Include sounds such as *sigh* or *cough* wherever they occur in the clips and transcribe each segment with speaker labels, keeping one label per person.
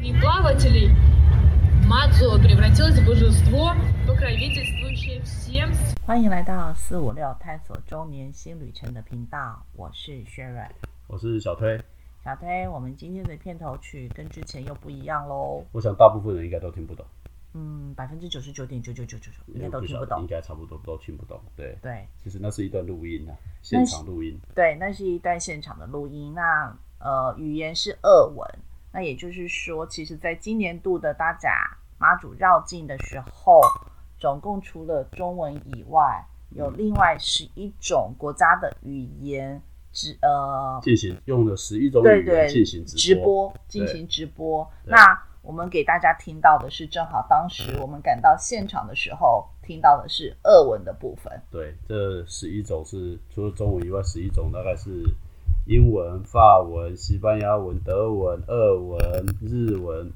Speaker 1: и плавателей, Мадзо превратилась в божество, покровительствующее всем
Speaker 2: 欢迎来到四五六探索周年新旅程的频道，我是薛软
Speaker 3: 我是小推，
Speaker 2: 小推。我们今天的片头曲跟之前又不一样喽，
Speaker 3: 我想大部分人应该都听不懂，
Speaker 2: 嗯，百分之九十九点九九九九九应该都
Speaker 3: 哎不
Speaker 2: 听
Speaker 3: 晓
Speaker 2: 不
Speaker 3: 得
Speaker 2: 懂
Speaker 3: 应。该差不多都听不懂。对，
Speaker 2: 对
Speaker 3: 其实那是一段录音啊，现场录音。
Speaker 2: 对，那是一段现场的录音。那呃，语言是俄文，那也就是说，其实在今年度的大甲妈祖绕境的时候，总共除了中文以外，有另外十一种国家的语言之呃
Speaker 3: 进行用了十一种
Speaker 2: 对
Speaker 3: 语
Speaker 2: 对
Speaker 3: 言，进行
Speaker 2: 直
Speaker 3: 播，
Speaker 2: 播，进行直播。
Speaker 3: 对嗯
Speaker 2: 那我们给大家听到的是，正好当时我们赶到现场的时候，听到的是俄文的部分。
Speaker 3: 对，这十一种是除了中文以外，十一种大概是英文、法文、西班牙文、德文、俄文、日文、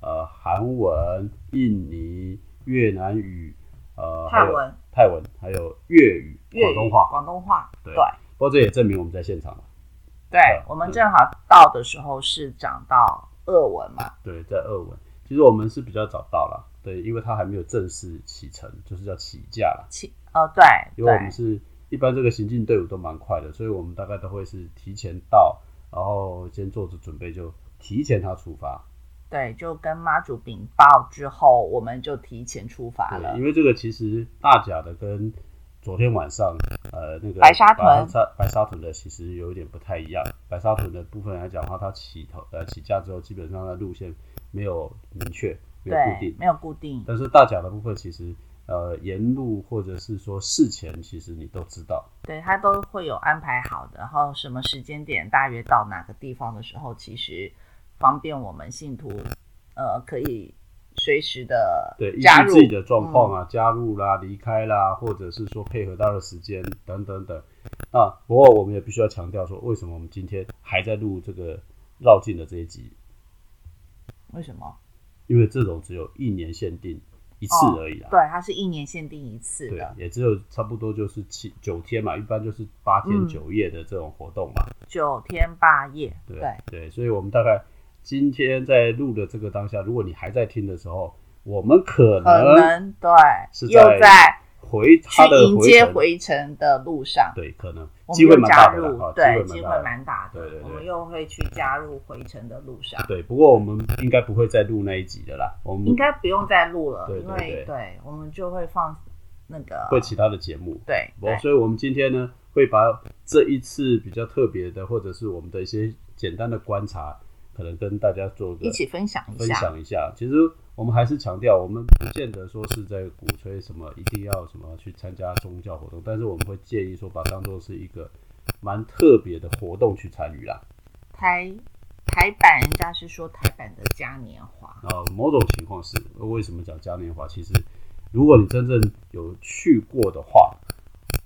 Speaker 3: 呃韩文、印尼、越南语、呃
Speaker 2: 泰、
Speaker 3: 还有
Speaker 2: 文、
Speaker 3: 泰文，还有粤语、
Speaker 2: 粤语
Speaker 3: 广东话。
Speaker 2: 广东话，
Speaker 3: 对
Speaker 2: 对
Speaker 3: 不过这也证明我们在现场了。
Speaker 2: 对
Speaker 3: 对，
Speaker 2: 我们正好到的时候是讲到俄文嘛，
Speaker 3: 对，在二文，其实我们是比较早到了，对，因为它还没有正式启程，就是叫起驾了。
Speaker 2: 其呃对
Speaker 3: 因为我们
Speaker 2: 对
Speaker 3: 是一般这个行进队伍都蛮快的，所以我们大概都会是提前到，然后先做着准备，就提前他出发。
Speaker 2: 对，就跟妈祖禀报之后，我们就提前出发了
Speaker 3: 对，因。为这个其实大甲的跟昨天晚上呃那个
Speaker 2: 白沙屯
Speaker 3: 白沙白沙屯的其实有一点不太一样。白沙屯的部分来讲的话，它起头呃起驾之后，基本上它路线没有明确，没有固
Speaker 2: 对
Speaker 3: 定，。
Speaker 2: 没有固定，
Speaker 3: 但是大甲的部分其实呃沿路或者是说事前，其实你都知道。
Speaker 2: 对他都会有安排好的，然后什么时间点大约到哪个地方的时候，其实方便我们信徒，呃，可以随时的
Speaker 3: 对，依
Speaker 2: 加
Speaker 3: 据
Speaker 2: 入嗯
Speaker 3: 自己的状况啊，加入啦、离开啦，或者是说配合他的时间等等等。那不过我们也必须要强调说，为什么我们今天还在录这个绕境的这一集？
Speaker 2: 嗯为什么？
Speaker 3: 因为这种只有一年限定一次而已啦。
Speaker 2: 对，它是一年限定一次
Speaker 3: 啊对
Speaker 2: 哦
Speaker 3: 啊
Speaker 2: 的，
Speaker 3: 也只有差不多就是七九天嘛，一般就是八
Speaker 2: 嗯
Speaker 3: 天九夜的这种活动嘛。
Speaker 2: 九天八夜。
Speaker 3: 对啊
Speaker 2: 对
Speaker 3: 对，所以我们大概今天在录的这个当下，如果你还在听的时候，我们可
Speaker 2: 可
Speaker 3: 能
Speaker 2: 能对，
Speaker 3: 是
Speaker 2: 又
Speaker 3: 在
Speaker 2: 在
Speaker 3: 回
Speaker 2: 去
Speaker 3: 他的
Speaker 2: 迎
Speaker 3: 回
Speaker 2: 接
Speaker 3: 程，
Speaker 2: 回程的路上，
Speaker 3: 对，可能
Speaker 2: 我
Speaker 3: 机
Speaker 2: 们
Speaker 3: 会
Speaker 2: 又
Speaker 3: 蛮
Speaker 2: 加
Speaker 3: 大的啦
Speaker 2: 入，
Speaker 3: 啊，
Speaker 2: 对，
Speaker 3: 机
Speaker 2: 机
Speaker 3: 会
Speaker 2: 会
Speaker 3: 蛮大的。
Speaker 2: 蛮大的，
Speaker 3: 对对对
Speaker 2: 我们又会去加入回程的路上，
Speaker 3: 对，不过我们应该不会再录那一集的啦，我们
Speaker 2: 应该不用再录了，
Speaker 3: 嗯对对
Speaker 2: 因为
Speaker 3: 对
Speaker 2: 对我们就会放那个
Speaker 3: 会其他的节目。
Speaker 2: 对
Speaker 3: 我
Speaker 2: 对
Speaker 3: 所以我们今天呢，会把这一次比较特别的，或者是我们的一些简单的观察，可能跟大家做个
Speaker 2: 一起分享一
Speaker 3: 分
Speaker 2: 下，
Speaker 3: 享一下。其实我们还是强调，我们不见得说是在鼓吹什么一定要什么去参加宗教活动，但是我们会建议说把它当做是一个蛮特别的活动去参与啦。
Speaker 2: 台台版人家是说台版的嘉年华，
Speaker 3: 然后某种情况是，为什么讲嘉年华？其实如果你真正有去过的话，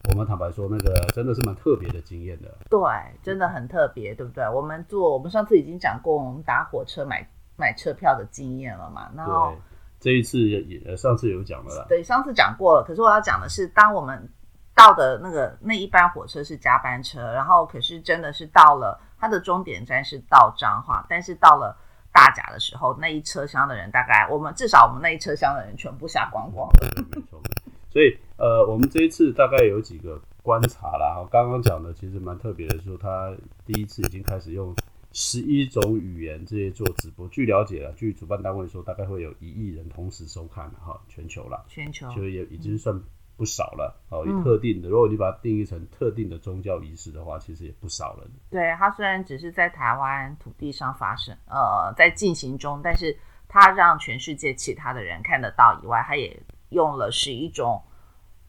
Speaker 3: 我们坦白说，那个真的是蛮特别的经验的。
Speaker 2: 对，真的很特别，对不对？我们做我们上次已经讲过我们打火车买买车票的经验了嘛，然后
Speaker 3: 对，这一次也也呃上次有讲了啦。
Speaker 2: 对，上次讲过了。可是我要讲的是，当我们到的那个那一班火车是加班车，然后可是真的是到了它的终点站是到彰化，但是到了大甲的时候，那一车厢的人大概我们至少我们那一车厢的人全部下光光了。
Speaker 3: 对，没错。所以呃，我们这一次大概有几个观察啦。哈，刚刚讲的其实蛮特别的，说他第一次已经开始用十一种语言这些做直播。据了解了，据主办单位说，大概会有一亿人同时收看了哈，全球啦。
Speaker 2: 全球
Speaker 3: 其实也已经算不少了。哦，
Speaker 2: 哦嗯
Speaker 3: 以特定的，如果你把它定义成特定的宗教仪式的话，其实也不少了。
Speaker 2: 对它虽然只是在台湾土地上发生，呃，在进行中，但是它让全世界其他的人看得到以外，它也用了是一种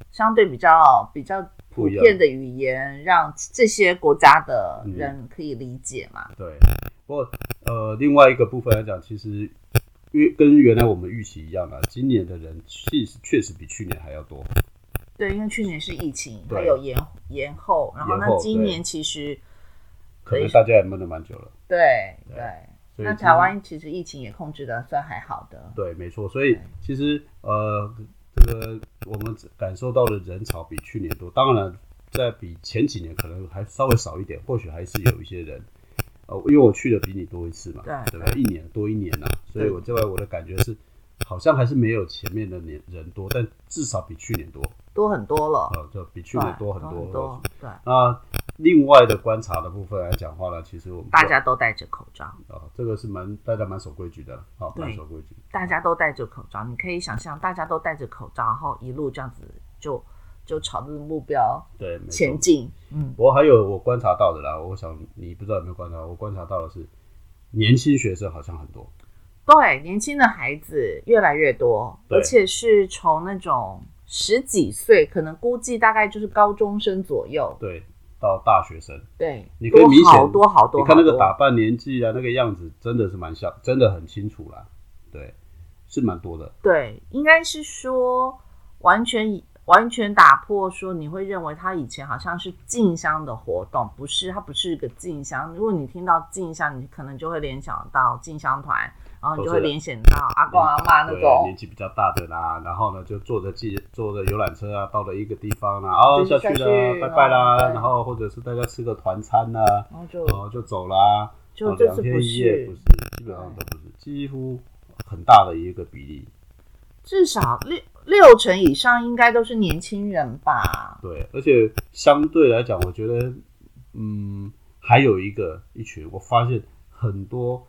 Speaker 2: 相对比较比较普
Speaker 3: 不一样嗯
Speaker 2: 遍的语言，让这些国家的人可以理解嘛。
Speaker 3: 对，不过呃，另外一个部分来讲，其实因跟原来我们预期一样啊，今年的人确实确实比去年还要多。
Speaker 2: 对，因为去年是疫情，
Speaker 3: 对
Speaker 2: 还有延延后，然后
Speaker 3: 延
Speaker 2: 呢
Speaker 3: 后，
Speaker 2: 今
Speaker 3: 对
Speaker 2: 年其实
Speaker 3: 可
Speaker 2: 对
Speaker 3: 能大家也闷了蛮久了。
Speaker 2: 对
Speaker 3: 对
Speaker 2: 对，
Speaker 3: 所以
Speaker 2: 那
Speaker 3: 其实
Speaker 2: 台湾其实疫情也控制的算还好的。
Speaker 3: 对，没错。所以其实呃，这个我们感受到的人潮比去年多，当然了在比前几年可能还稍微少一点，或许还是有一些人。呃，因为我去的比你多一次嘛，
Speaker 2: 对
Speaker 3: 对不对？一年多一年呐、啊所以我这外我的感觉是，好像还是没有前面的年人多，但至少比去年多，
Speaker 2: 多很多了，
Speaker 3: 呃，就比去年
Speaker 2: 对
Speaker 3: 多很多。
Speaker 2: 很多，对，
Speaker 3: 那另外的观察的部分来讲话呢，其实我们
Speaker 2: 大家都戴着口罩，
Speaker 3: 啊、这个是蛮大家蛮守规矩的，好、
Speaker 2: 对
Speaker 3: 蛮守规矩。
Speaker 2: 大家都戴着口罩，你可以想象，大家都戴着口罩，然后一路这样子就就朝着目标
Speaker 3: 对，没错
Speaker 2: 前进，嗯，
Speaker 3: 我还有我观察到的啦，我想你不知道有没有观察，我观察到的是年轻学生好像很多，
Speaker 2: 对，年轻的孩子越来越多，
Speaker 3: 对
Speaker 2: 而且是从那种十几岁，可能估计大概就是高中生左右，
Speaker 3: 对，到大学生，
Speaker 2: 对，
Speaker 3: 你可以明
Speaker 2: 多好
Speaker 3: 显
Speaker 2: 多好多，
Speaker 3: 你看那个
Speaker 2: 好多
Speaker 3: 打扮、年纪啊，那个样子真的是蛮像，真的很清楚啦，对，是蛮多的，
Speaker 2: 对，应该是说完全完全打破说，你会认为他以前好像是进香的活动，不是，它不是一个进香。如果你听到进香，你可能就会联想到进香团，然后你就会
Speaker 3: 哦都是
Speaker 2: 联想到阿公阿妈那
Speaker 3: 对，年
Speaker 2: 种，
Speaker 3: 纪比较大的啦，然后呢就坐着自坐着游览车啊，到了一个地方啦，哦
Speaker 2: 就是
Speaker 3: 下
Speaker 2: 下
Speaker 3: 去
Speaker 2: 去嗯
Speaker 3: 啦，拜拜啦
Speaker 2: 对，
Speaker 3: 然后或者是大家吃个团餐啦，
Speaker 2: 然后就
Speaker 3: 然后就走啦，
Speaker 2: 就
Speaker 3: 哦
Speaker 2: 这次
Speaker 3: 两天
Speaker 2: 不
Speaker 3: 一夜
Speaker 2: 是
Speaker 3: 不，是，基本上都不是，几乎很大的一个比例。
Speaker 2: 至少六六成以上应该都是年轻人吧？
Speaker 3: 对，而且相对来讲，我觉得，嗯，还有一个一群，我发现很多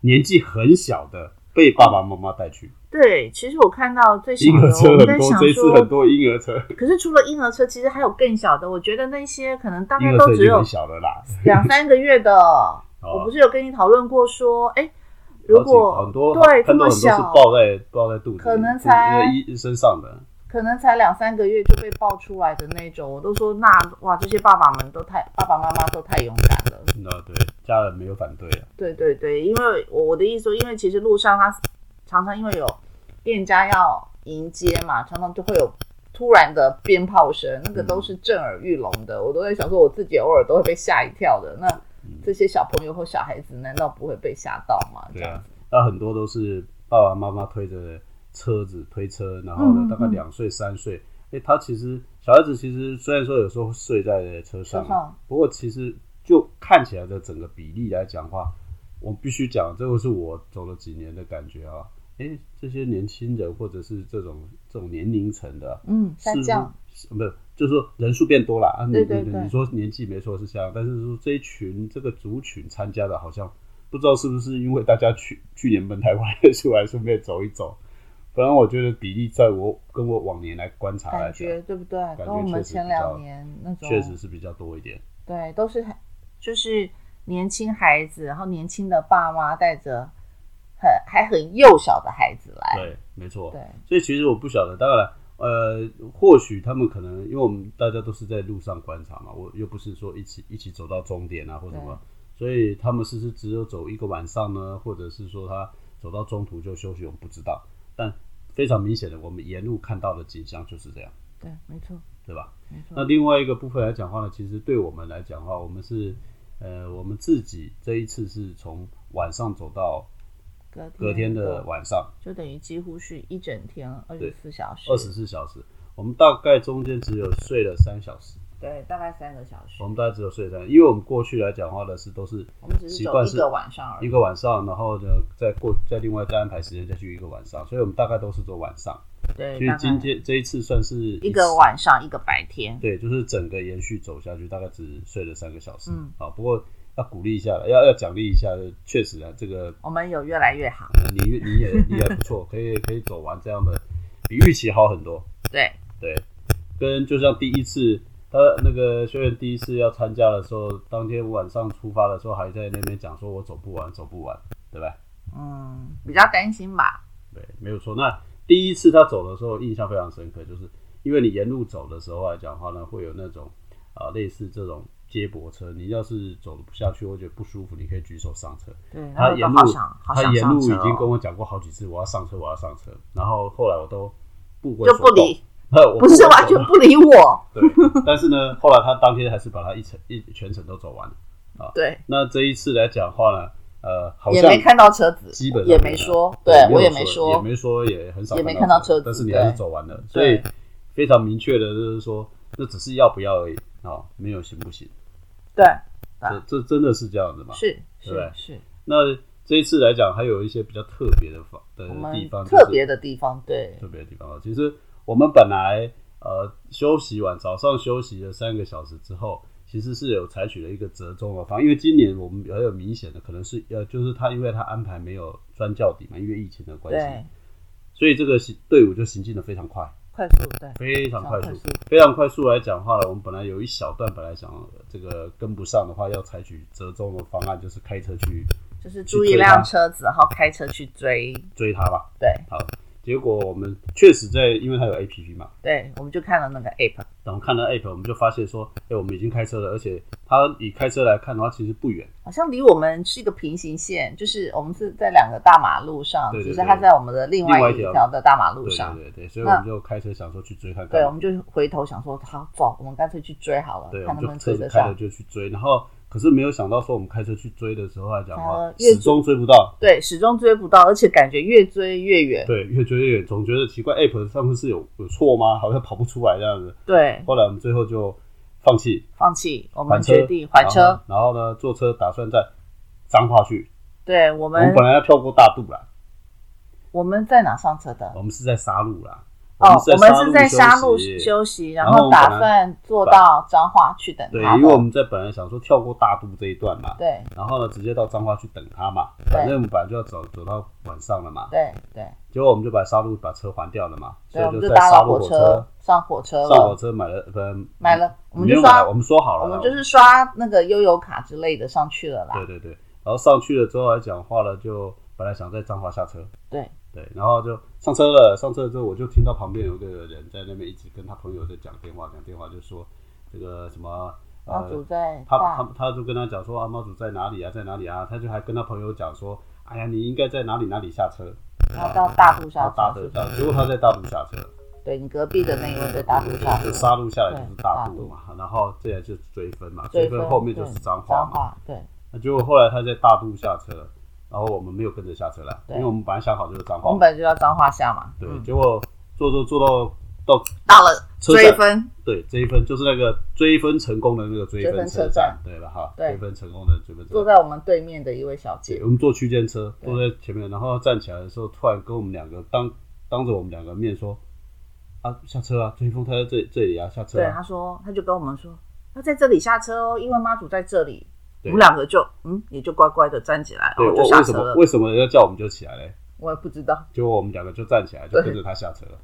Speaker 3: 年纪很小的被爸爸妈妈带去
Speaker 2: 对，其实我看到最小
Speaker 3: 婴儿
Speaker 2: 的，
Speaker 3: 车
Speaker 2: 我
Speaker 3: 很
Speaker 2: 在
Speaker 3: 多，
Speaker 2: 想
Speaker 3: 这一次
Speaker 2: 说，
Speaker 3: 很多婴儿车，
Speaker 2: 可是除了婴儿车，其实还有更小的，我觉得那些可能大
Speaker 3: 婴
Speaker 2: 概
Speaker 3: 儿
Speaker 2: 都
Speaker 3: 车已
Speaker 2: 只
Speaker 3: 经
Speaker 2: 有
Speaker 3: 很小了啦。
Speaker 2: 两三个月的，
Speaker 3: 啊
Speaker 2: 我不是有跟你讨论过说，哎，如
Speaker 3: 好几
Speaker 2: 果
Speaker 3: 很多
Speaker 2: 对这
Speaker 3: 看
Speaker 2: 么
Speaker 3: 到很多是
Speaker 2: 小，
Speaker 3: 抱在抱在肚子里，
Speaker 2: 可能才
Speaker 3: 肚子呃身上的，
Speaker 2: 哎可能才两三个月就被爆出来的那种，我都说那哇，这些爸爸们都太爸爸妈妈都太勇敢了。
Speaker 3: 嗯啊对，家人没有反对啊，
Speaker 2: 对对对，因为我我的意思说，因为其实路上他常常因为有店家要迎接嘛，常常就会有突然的鞭炮声，那个都是震耳欲聋
Speaker 3: 嗯
Speaker 2: 的。我都在想说，我自己偶尔都会被吓一跳的。那这些小朋友或小孩子，难道不会被吓到吗？这
Speaker 3: 对
Speaker 2: 样
Speaker 3: 啊，那很多都是爸爸妈妈推着车子推车，然后
Speaker 2: 嗯
Speaker 3: 呢，
Speaker 2: 嗯
Speaker 3: 大概两岁三岁，哎、他其实小孩子其实虽然说有时候睡在车上，
Speaker 2: 车上
Speaker 3: 不过其实就看起来的整个比例来讲的话，我必须讲，这个是我走了几年的感觉啊。哎、这些年轻人或者是这种这种年龄层的啊、
Speaker 2: 嗯，下
Speaker 3: 是
Speaker 2: 降，
Speaker 3: 是不是就是说人数变多了啊？你
Speaker 2: 对对
Speaker 3: 你
Speaker 2: 对
Speaker 3: 你说年纪没错是下降，但是说这一群这个族群参加的，好像不知道是不是因为大家去去年本台湾也出来顺便走一走，不然我觉得比例在我跟我往年来观察来
Speaker 2: 感
Speaker 3: 讲，
Speaker 2: 觉对不对？
Speaker 3: 觉
Speaker 2: 跟我们
Speaker 3: 确实
Speaker 2: 前
Speaker 3: 比较
Speaker 2: 两年那种，
Speaker 3: 确实是比较多一点。
Speaker 2: 对，都是很就是年轻孩子，然后年轻的爸妈带着很还很幼小的孩子来，
Speaker 3: 对，没错。
Speaker 2: 对
Speaker 3: 所以其实我不晓得，当然了，呃，或许他们可能因为我们大家都是在路上观察嘛，我又不是说一起一起走到终点啊或什么，所以他们是不是只有走一个晚上呢，或者是说他走到中途就休息，我们不知道。但非常明显的，我们沿路看到的景象就是这样，
Speaker 2: 对，没错，
Speaker 3: 对吧？
Speaker 2: 没
Speaker 3: 那
Speaker 2: 错，
Speaker 3: 另外一个部分来讲话呢，其实对我们来讲话，我们是呃，我们自己这一次是从晚上走到
Speaker 2: 隔
Speaker 3: 隔天的晚上，
Speaker 2: 就等于几乎是一整天二十
Speaker 3: 对
Speaker 2: 四小时，
Speaker 3: 二十四小时，我们大概中间只有睡了三小时，
Speaker 2: 对，大概三个小时
Speaker 3: 我，们大概只有睡三，因为我们过去来讲话呢是都是
Speaker 2: 我们只是
Speaker 3: 习
Speaker 2: 走
Speaker 3: 惯
Speaker 2: 一
Speaker 3: 是
Speaker 2: 个晚上而
Speaker 3: 一
Speaker 2: 已，
Speaker 3: 个晚上，然后呢再过再另外再安排时间再去一个晚上，所以我们大概都是走晚上。
Speaker 2: 对，
Speaker 3: 所以
Speaker 2: 大
Speaker 3: 今
Speaker 2: 概
Speaker 3: 天这一次算是
Speaker 2: 一
Speaker 3: 一
Speaker 2: 个晚上一个白天，
Speaker 3: 对，就是整个延续走下去，大概只睡了三个小时。
Speaker 2: 嗯，
Speaker 3: 好，不过要鼓励一下，要要奖励一下，确实啊，这个
Speaker 2: 我们有越来越好，
Speaker 3: 呃你你也你也不错，可以可以走完这样的，比预期好很多。
Speaker 2: 对，
Speaker 3: 对，跟就像第一次他那个学员第一次要参加的时候，当天晚上出发的时候还在那边讲说我走不完，走不完，对吧？
Speaker 2: 嗯，比较担心吧，
Speaker 3: 对，没有错。那第一次他走的时候印象非常深刻，就是因为你沿路走的时候来讲的话呢，会有那种啊、类似这种接驳车，你要是走不下去或觉得不舒服，你可以举手上车。
Speaker 2: 对，然
Speaker 3: 他
Speaker 2: 后都
Speaker 3: 沿路
Speaker 2: 好想好
Speaker 3: 他
Speaker 2: 想
Speaker 3: 沿
Speaker 2: 上
Speaker 3: 路
Speaker 2: 车
Speaker 3: 已经
Speaker 2: 哦
Speaker 3: 跟我讲过好几次，我要上车，我要上车。然后后来我都不为
Speaker 2: 就
Speaker 3: 所
Speaker 2: 不
Speaker 3: 动
Speaker 2: 理，，
Speaker 3: *laughs*
Speaker 2: *laughs*
Speaker 3: 我
Speaker 2: 不是
Speaker 3: 为
Speaker 2: 完
Speaker 3: 所
Speaker 2: 全
Speaker 3: 动
Speaker 2: 不理我，
Speaker 3: 对， *laughs* 但是呢，后来他当天还是把他一程一全程都走完了。
Speaker 2: 对。
Speaker 3: 那这一次来讲话呢，呃，好
Speaker 2: 也
Speaker 3: 像
Speaker 2: 没看到车子，
Speaker 3: 基本上
Speaker 2: 也
Speaker 3: 没
Speaker 2: 没
Speaker 3: 看
Speaker 2: 说，
Speaker 3: 对
Speaker 2: 对我也
Speaker 3: 没
Speaker 2: 没
Speaker 3: 有
Speaker 2: 说
Speaker 3: 也，没说，也很少
Speaker 2: 也没看到车子
Speaker 3: 但是你还
Speaker 2: 对
Speaker 3: 是走完了，所以
Speaker 2: 对
Speaker 3: 非常明确的就是说，那只是要不要而已啊、没有行不行？
Speaker 2: 对，
Speaker 3: 这这真的是这样子吗？
Speaker 2: 啊是
Speaker 3: 啊对
Speaker 2: 是是，
Speaker 3: 那这一次来讲，还有一些比较特别的方的
Speaker 2: 我
Speaker 3: 地
Speaker 2: 们
Speaker 3: 方，
Speaker 2: 特别的地方，对
Speaker 3: 特别的地方。其实我们本来呃休息完早上休息了三个小时之后，其实是有采取了一个折中的方案，因为今年我们比较有明显的可能是呃，就是他因为他安排没有专教底嘛，因为疫情的关
Speaker 2: 对
Speaker 3: 系，，所以这个行队伍就行进的非常快，
Speaker 2: 快速对，
Speaker 3: 非常快
Speaker 2: 快
Speaker 3: 速
Speaker 2: 速，
Speaker 3: 非常快速来讲话了。我们本来有一小段本来想呃这个跟不上的话，要采取折中的方案，就是开车去
Speaker 2: 就是租一辆车子，然后开车去追，
Speaker 3: 追他吧。
Speaker 2: 对
Speaker 3: 结果我们确实在，因为它有 APP 嘛，
Speaker 2: 对，我们就看了那个 app，
Speaker 3: 然后看了 app，我们就发现说，哎、我们已经开车了，而且它以开车来看的话，其实不远，
Speaker 2: 好像离我们是一个平行线，就是我们是在两个大马路上，
Speaker 3: 对对
Speaker 2: 只是
Speaker 3: 对
Speaker 2: 它在我们的另
Speaker 3: 另外
Speaker 2: 外
Speaker 3: 一
Speaker 2: 一
Speaker 3: 条
Speaker 2: 条的大马路
Speaker 3: 对
Speaker 2: 上。
Speaker 3: 对对对，所以我们就开车想说去追看看
Speaker 2: 对，我，们就回头想说，好走，我们干脆去追好了，
Speaker 3: 嗯对，我
Speaker 2: 看
Speaker 3: 们
Speaker 2: 能不
Speaker 3: 就
Speaker 2: 能追
Speaker 3: 车子
Speaker 2: 得
Speaker 3: 开了
Speaker 2: 上。
Speaker 3: 就去追，然后可是没有想到说我们开车去追的时候来讲的
Speaker 2: 呃
Speaker 3: 话，
Speaker 2: 越
Speaker 3: 始终追不到，
Speaker 2: 对，始终追不到，而且感觉越追越远。
Speaker 3: 对，越追越远，总觉得奇怪，app 上面是有有错吗？好像跑不出来这样子，
Speaker 2: 对，
Speaker 3: 后来我们最后就放弃，
Speaker 2: 放弃，我
Speaker 3: 还
Speaker 2: 们
Speaker 3: 车啊
Speaker 2: 决定还车。
Speaker 3: 然后，然后呢，坐车打算在彰化去，
Speaker 2: 对我
Speaker 3: 我
Speaker 2: 们
Speaker 3: 们本来要跳过大肚啦。
Speaker 2: 我们在哪上车的？
Speaker 3: 我们是在沙鹿啦。
Speaker 2: 哦，我们是在
Speaker 3: 沙
Speaker 2: 沙路
Speaker 3: 休息
Speaker 2: 休息，然
Speaker 3: 然后
Speaker 2: 后
Speaker 3: 我们
Speaker 2: 打
Speaker 3: 本来
Speaker 2: 算坐到彰化去等
Speaker 3: 对，
Speaker 2: 他
Speaker 3: 因为我
Speaker 2: 的。
Speaker 3: 们在本来想说跳过大肚这一段嘛，
Speaker 2: 对
Speaker 3: 然后呢直接到彰化去等他嘛，反正我们本来就要走走到晚上了嘛，
Speaker 2: 对对
Speaker 3: 结果我们就把沙鹿把车还掉了嘛，所
Speaker 2: 对，我
Speaker 3: 以
Speaker 2: 们
Speaker 3: 在
Speaker 2: 搭
Speaker 3: 沙
Speaker 2: 了
Speaker 3: 鹿
Speaker 2: 火
Speaker 3: 火
Speaker 2: 车，上火车
Speaker 3: 上火
Speaker 2: 了，
Speaker 3: 车买了呃
Speaker 2: 买了，我们
Speaker 3: 没
Speaker 2: 就
Speaker 3: 有买
Speaker 2: 刷
Speaker 3: 了，我，们说好了，
Speaker 2: 我们就是刷那个悠游卡之类的上去了
Speaker 3: 对
Speaker 2: 啦。
Speaker 3: 对对，然后上去了之后来讲话了，就本来想在彰化下车，
Speaker 2: 对
Speaker 3: 对，然后就上车了，上车了之后我就听到旁边有一个人在那边一直跟他朋友在讲电话，讲电话就说这个什么。
Speaker 2: 然后
Speaker 3: 呃
Speaker 2: 主在
Speaker 3: 他他
Speaker 2: 大，
Speaker 3: 他就跟他讲说啊，猫主在哪里啊，在哪里啊？他就还跟他朋友讲说，哎呀，你应该在哪里哪里下车，
Speaker 2: 然后到大路
Speaker 3: 然
Speaker 2: 下
Speaker 3: 后大
Speaker 2: 车
Speaker 3: 渡
Speaker 2: 是不
Speaker 3: 大
Speaker 2: 是，
Speaker 3: 渡，结果他在大渡下车，
Speaker 2: 对你隔壁的那一位在大路下
Speaker 3: 就
Speaker 2: 车，
Speaker 3: 杀戮下来就是大渡嘛，然后这来就是追分嘛，
Speaker 2: 追
Speaker 3: 追分后面就是
Speaker 2: 对
Speaker 3: 彰化
Speaker 2: 彰
Speaker 3: 嘛，
Speaker 2: 化，对，
Speaker 3: 那结果后来他在大渡下车，然后我们没有跟着下车了，因
Speaker 2: 对
Speaker 3: 为我们本来想好就是彰
Speaker 2: 我
Speaker 3: 化
Speaker 2: 们
Speaker 3: 嘛，
Speaker 2: 本来就要彰化下嘛。
Speaker 3: 对，
Speaker 2: 嗯
Speaker 3: 结果坐坐坐到到
Speaker 2: 到了
Speaker 3: 车站
Speaker 2: 追分，
Speaker 3: 对追分就是那个追分成功的那个追
Speaker 2: 追
Speaker 3: 分
Speaker 2: 分
Speaker 3: 车
Speaker 2: 车站
Speaker 3: 对了哈，
Speaker 2: 对
Speaker 3: 追分成功的追分车站
Speaker 2: 坐在我们对面的一位小姐
Speaker 3: 对，我们坐区间车，
Speaker 2: 对
Speaker 3: 坐在前面，然后站起来的时候，突然跟我们两个当当着我们两个面说：“啊，下车啊，追风他在这这里啊，下车
Speaker 2: 对，
Speaker 3: 啊。
Speaker 2: 他说，他就跟我们说，要在这里下车哦，因为妈祖在这里。我
Speaker 3: 对
Speaker 2: 们两个就嗯，也就乖乖的站起来，然
Speaker 3: 对，
Speaker 2: 后
Speaker 3: 我
Speaker 2: 就下
Speaker 3: 为
Speaker 2: 车
Speaker 3: 什么
Speaker 2: 了。
Speaker 3: 为什么要叫我们就起来嘞？
Speaker 2: 我也不知道，
Speaker 3: 结果我们两个就站起来，就
Speaker 2: 对
Speaker 3: 跟着他下车了。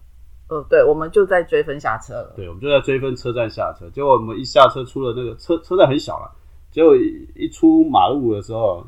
Speaker 2: 呃，对，我们就在追分下车了。
Speaker 3: 对，我们就在追分车站下车。结果我们一下车出了那个车车站很小了，结果一一出马路的时候，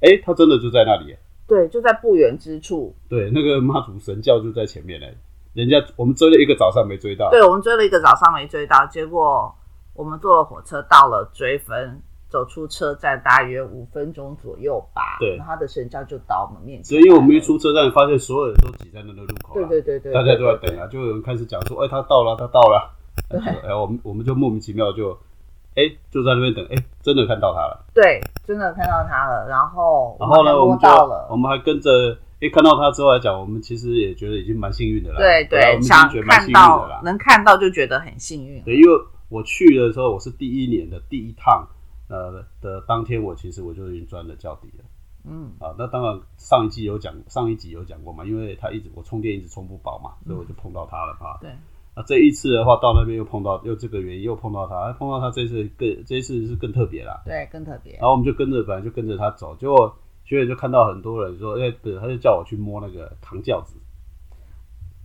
Speaker 3: 哎，他真的就在那里耶。
Speaker 2: 对，就在不远之处。
Speaker 3: 对，那个妈祖神教就在前面嘞。人家我们追了一个早上没追到，
Speaker 2: 对，我们追了一个早上没追到，结果我们坐了火车到了追分，走出车站大约五分钟左右吧。
Speaker 3: 对
Speaker 2: 然后他的神教就到我们面前
Speaker 3: 所
Speaker 2: 来了。
Speaker 3: 以因为我们一出车站，发现所有人都挤在那个路口
Speaker 2: 对，
Speaker 3: 了。
Speaker 2: 对对对对，
Speaker 3: 大家都在
Speaker 2: 对
Speaker 3: 等啊，就有人开始讲说，哎、他到了，他到了，
Speaker 2: 对
Speaker 3: 哎、我们我们就莫名其妙就，哎、就在那边等，哎、真的看到他了。
Speaker 2: 对，真的看到他了。然后
Speaker 3: 然后呢，我
Speaker 2: 我
Speaker 3: 们
Speaker 2: 们
Speaker 3: 就
Speaker 2: 还摸到了
Speaker 3: 我，们还跟着，哎、看到他之后来讲，我们其实也觉得已经蛮幸运的啦。
Speaker 2: 对
Speaker 3: 啊我
Speaker 2: 对，
Speaker 3: 们已经
Speaker 2: 想
Speaker 3: 觉得蛮幸
Speaker 2: 看
Speaker 3: 运的
Speaker 2: 到
Speaker 3: 啦。
Speaker 2: 能看到就觉得很幸运。
Speaker 3: 对，因为我去的时候，我是第一年的第一趟，呃的当天，我其实我就已经钻了教底了。
Speaker 2: 嗯，
Speaker 3: 啊，那当然上一季有讲，上一集有讲过嘛，因为他一直我充电一直充不饱嘛，所以我就碰到他了啊。
Speaker 2: 对，
Speaker 3: 那这一次的话，到那边又碰到，又这个原因又碰到他，哎碰到他这次更这一次是更特别啦。
Speaker 2: 对，更特别
Speaker 3: 然。后我们就跟着，本来就跟着他走，结果学员就看到很多人说，哎、不是，他就叫我去摸那个扛轿子。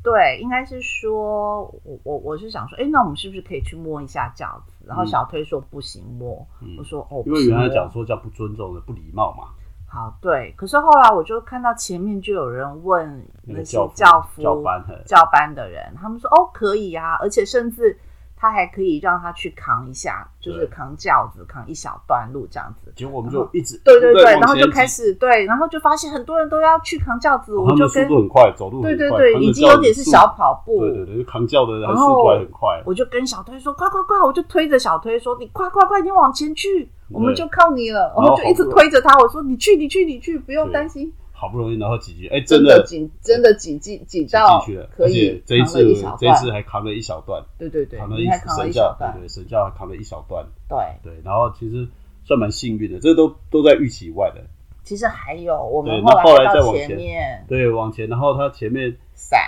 Speaker 2: 对，应该是说，我我我是想说，哎，那我们是不是可以去摸一下轿子？然后
Speaker 3: 嗯
Speaker 2: 小推说不行摸，
Speaker 3: 嗯
Speaker 2: 我，说哦，
Speaker 3: 因
Speaker 2: 不
Speaker 3: 为
Speaker 2: 行
Speaker 3: 原来
Speaker 2: 摸
Speaker 3: 讲说叫不尊重的、不礼貌嘛。
Speaker 2: 好对，可是后来我就看到前面就有人问
Speaker 3: 那个
Speaker 2: 些
Speaker 3: 教
Speaker 2: 教
Speaker 3: 夫教班嘿
Speaker 2: 教班的人，他们说哦可以啊，而且甚至他还可以让他去扛一下，就是
Speaker 3: 对
Speaker 2: 扛轿子扛一小段路这样子。
Speaker 3: 结果我们就一直
Speaker 2: 对对对，
Speaker 3: 不断往前
Speaker 2: 然后就开
Speaker 3: 挤，
Speaker 2: 始对，然后就发现很多人都要去扛轿子，
Speaker 3: 哦
Speaker 2: 我
Speaker 3: 他
Speaker 2: 就
Speaker 3: 们速
Speaker 2: 跟
Speaker 3: 度很快，走路很
Speaker 2: 对
Speaker 3: 快，
Speaker 2: 对对，
Speaker 3: 扛着
Speaker 2: 已经
Speaker 3: 轿
Speaker 2: 有
Speaker 3: 子
Speaker 2: 点是
Speaker 3: 速
Speaker 2: 小跑步，
Speaker 3: 对对对，扛轿的还
Speaker 2: 然
Speaker 3: 速
Speaker 2: 后
Speaker 3: 度还很快。
Speaker 2: 我就跟小推说快快快，我就推着小推说你快快快，你往前去，我们就靠你了，
Speaker 3: 然
Speaker 2: 我
Speaker 3: 后
Speaker 2: 们就一直推着他，我说你去你去你去，不用
Speaker 3: 对
Speaker 2: 担心，
Speaker 3: 好不容易，然后几句，哎、
Speaker 2: 真
Speaker 3: 真的
Speaker 2: 挤真的挤进挤
Speaker 3: 挤
Speaker 2: 到
Speaker 3: 进去了，
Speaker 2: 可
Speaker 3: 而
Speaker 2: 以
Speaker 3: 且这一
Speaker 2: 扛
Speaker 3: 次
Speaker 2: 了一小
Speaker 3: 这一
Speaker 2: 段，
Speaker 3: 次还扛了一小段，
Speaker 2: 对对对
Speaker 3: 扛，了一
Speaker 2: 你还扛了
Speaker 3: 神
Speaker 2: 一
Speaker 3: 教
Speaker 2: 小，
Speaker 3: 对
Speaker 2: 段
Speaker 3: 对，，神教还扛了一小段，
Speaker 2: 对，
Speaker 3: 对，然后其实算蛮幸运的，这都都在预期以外的，
Speaker 2: 其实还有我们
Speaker 3: 对那后来再
Speaker 2: 到
Speaker 3: 往
Speaker 2: 前
Speaker 3: 前
Speaker 2: 面
Speaker 3: 对，往前，然后它前面
Speaker 2: 伞，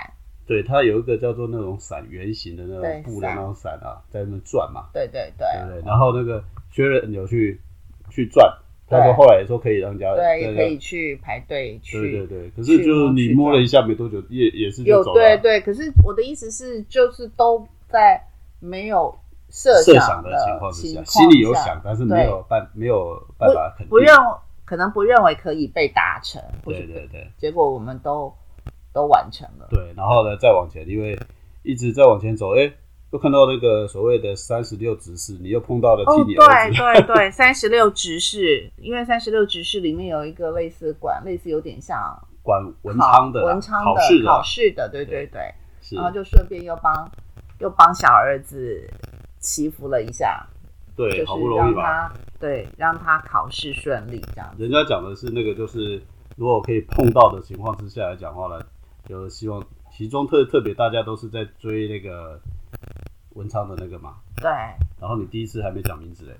Speaker 3: 对它有一个叫做那种伞，圆形的那
Speaker 2: 对
Speaker 3: 种布的
Speaker 2: 伞
Speaker 3: 那种伞啊，在那边转嘛，
Speaker 2: 对对
Speaker 3: 对不
Speaker 2: 对，
Speaker 3: 对？然后那个薛仁有去去转，他
Speaker 2: 对
Speaker 3: 说后来也说可以让人家
Speaker 2: 对也
Speaker 3: 那
Speaker 2: 可
Speaker 3: 个
Speaker 2: 以去排队去。
Speaker 3: 对对对，可是就是你摸了一下没多久，也也是就
Speaker 2: 有
Speaker 3: 走了
Speaker 2: 对
Speaker 3: 啊。
Speaker 2: 对，可是我的意思是，就是都在没有设
Speaker 3: 设
Speaker 2: 想
Speaker 3: 想的情况
Speaker 2: 况
Speaker 3: 之下，
Speaker 2: 下，
Speaker 3: 心里有想，但是没有办没有办法肯定。
Speaker 2: 不认可能不认为可以被达成，或
Speaker 3: 对
Speaker 2: 许
Speaker 3: 对对
Speaker 2: 结果我们都都完成了。
Speaker 3: 对，然后呢再往前，因为一直在往前走，哎，又看到那个所谓的三十六执事，你又碰到了
Speaker 2: 哦，
Speaker 3: 替
Speaker 2: 对
Speaker 3: 你儿子。
Speaker 2: 对对，三十六执事，因为三十六执事里面有一个类似管，类似有点像
Speaker 3: 管文
Speaker 2: 考
Speaker 3: 昌的啦
Speaker 2: 文昌
Speaker 3: 考试
Speaker 2: 的
Speaker 3: 的
Speaker 2: 考
Speaker 3: 啦
Speaker 2: 试的，对对对，
Speaker 3: 是
Speaker 2: 然后就顺便又帮又帮小儿子祈福了一下，就
Speaker 3: 对，好不
Speaker 2: 是
Speaker 3: 容
Speaker 2: 让
Speaker 3: 易吧。
Speaker 2: 他对让他考试顺利这样子。
Speaker 3: 人家讲的是那个，就是如果可以碰到的情况之下来讲话呢，就希望其中特特别大家都是在追那个文昌的那个嘛。
Speaker 2: 对
Speaker 3: 然后你第一次还没讲名字哎，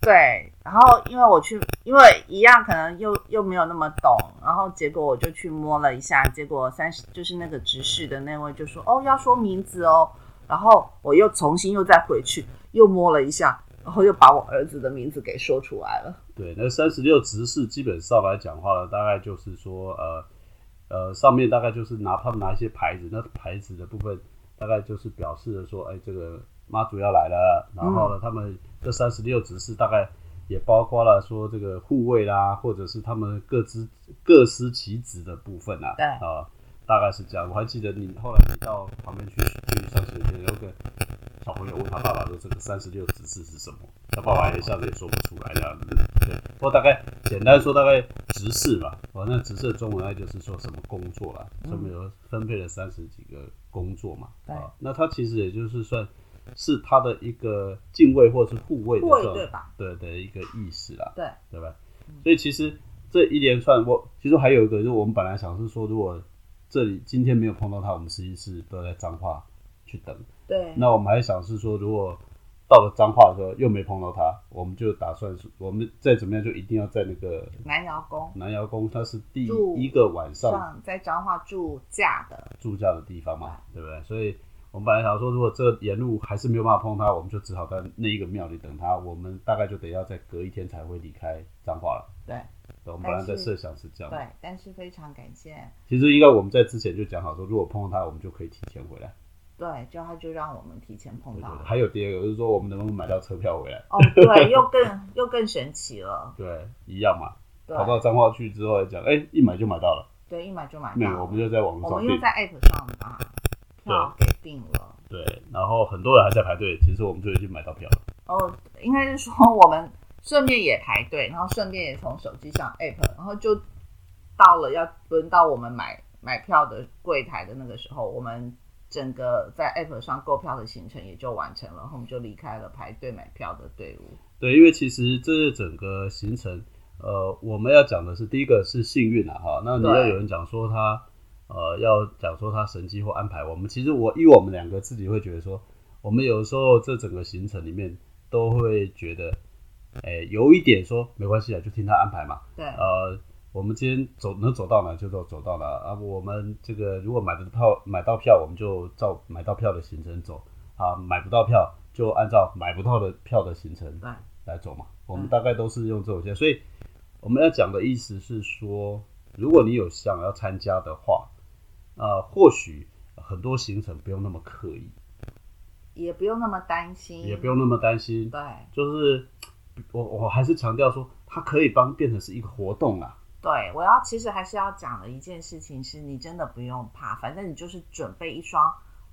Speaker 2: 对，然后因为我去，因为一样可能又又没有那么懂，然后结果我就去摸了一下，结果三十就是那个执事的那位就说哦要说名字哦，然后我又重新又再回去又摸了一下，然后又把我儿子的名字给说出来了。
Speaker 3: 对，那三十六执事基本上来讲话呢，大概就是说，呃呃，上面大概就是拿他们拿一些牌子，那牌子的部分大概就是表示的说，哎，这个妈祖要来了，然后呢，他们这三十六执事大概也包括了说这个护卫啦，或者是他们各司各司其职的部分啊，
Speaker 2: 对
Speaker 3: 啊、大概是这样。我还记得你后来你到旁边去去上学前，有个小朋友问他爸爸说：“这个三十六指示是什么？”他爸爸一下子也说不出来这样子。对，不过大概简单说，大概执事嘛，反正执事的中文哦那就是说什么工作啦，上面有分配了三十几个工作嘛。
Speaker 2: 嗯对
Speaker 3: 啊，那他其实也就是算是他的一个敬畏或是护卫的
Speaker 2: 护卫
Speaker 3: 这种
Speaker 2: 对吧嗯
Speaker 3: 对的一个意识啦。
Speaker 2: 对，
Speaker 3: 对吧？所以其实这一连串，我其实还有一个，就是我们本来想是说，如果这里今天没有碰到他，我们实际是都在彰化去等。
Speaker 2: 对
Speaker 3: 那我们还想是说，如果到了彰化的时候又没碰到他，我们就打算是，我们再怎么样就一定要在那个
Speaker 2: 南窑宫
Speaker 3: 南窑宫，它是第
Speaker 2: 住
Speaker 3: 一个晚上
Speaker 2: 上在彰化住驾的，
Speaker 3: 住家的地方嘛，啊对不对？所以。我们本来想说，如果这沿路还是没有办法碰他，我们就只好在那一个庙里等他。我们大概就得要再隔一天才会离开彰化了。
Speaker 2: 对
Speaker 3: 我们本来
Speaker 2: 但
Speaker 3: 在
Speaker 2: 是
Speaker 3: 设想是这样，
Speaker 2: 对，但是非常感谢，
Speaker 3: 其实应该我们在之前就讲好说，如果碰到他，我们就可以提前回来。
Speaker 2: 对，就他就让我们提前碰
Speaker 3: 对
Speaker 2: 到
Speaker 3: 对对。 *laughs*
Speaker 2: 了。
Speaker 3: 还有第二个就是说，我们能不能买到车票回来？
Speaker 2: 哦，对，又更又更神奇了，
Speaker 3: 对，一样嘛。
Speaker 2: 对啊
Speaker 3: 跑到彰化去之后来讲，哎，一买就买到了，
Speaker 2: 对，一买就买
Speaker 3: 没
Speaker 2: 到
Speaker 3: 有，
Speaker 2: 了。
Speaker 3: 我们就在网
Speaker 2: 我
Speaker 3: 络
Speaker 2: 们
Speaker 3: 上
Speaker 2: 又
Speaker 3: 订。
Speaker 2: 在 App 上把票给定了。
Speaker 3: 对，然后很多人还在排队，其实我们就已经买到票了。
Speaker 2: 哦，应该是说我们顺便也排队，然后顺便也从手机上 App，然后就到了要轮到我们买买票的柜台的那个时候，我们整个在 App 上购票的行程也就完成了，然后我们就离开了排队买票的队伍。
Speaker 3: 对，因为其实这整个行程，呃，我们要讲的是第一个是幸运啊，哈，那你
Speaker 2: 对
Speaker 3: 要有人讲说他，呃，要讲说他神机或安排，我们其实我以我们两个自己会觉得说，我们有时候这整个行程里面都会觉得，哎，有一点说没关系啊，就听他安排嘛，
Speaker 2: 对，
Speaker 3: 呃。我们今天走能走到哪就走走到哪啊！我们这个如果买得到票买到票，我们就照买到票的行程走啊；买不到票就按照买不到的票的行程
Speaker 2: 对，
Speaker 3: 来走嘛。我们大概都是用这种线，所以我们要讲的意思是说，如果你有想要参加的话，呃，或许很多行程不用那么刻意，
Speaker 2: 也不用那么担心，
Speaker 3: 也不用那么担心。
Speaker 2: 对
Speaker 3: 就是我我还是强调说，它可以帮变成是一个活动啊啦。
Speaker 2: 对，我要其实还是要讲的一件事情是，你真的不用怕，反正你就是准备一双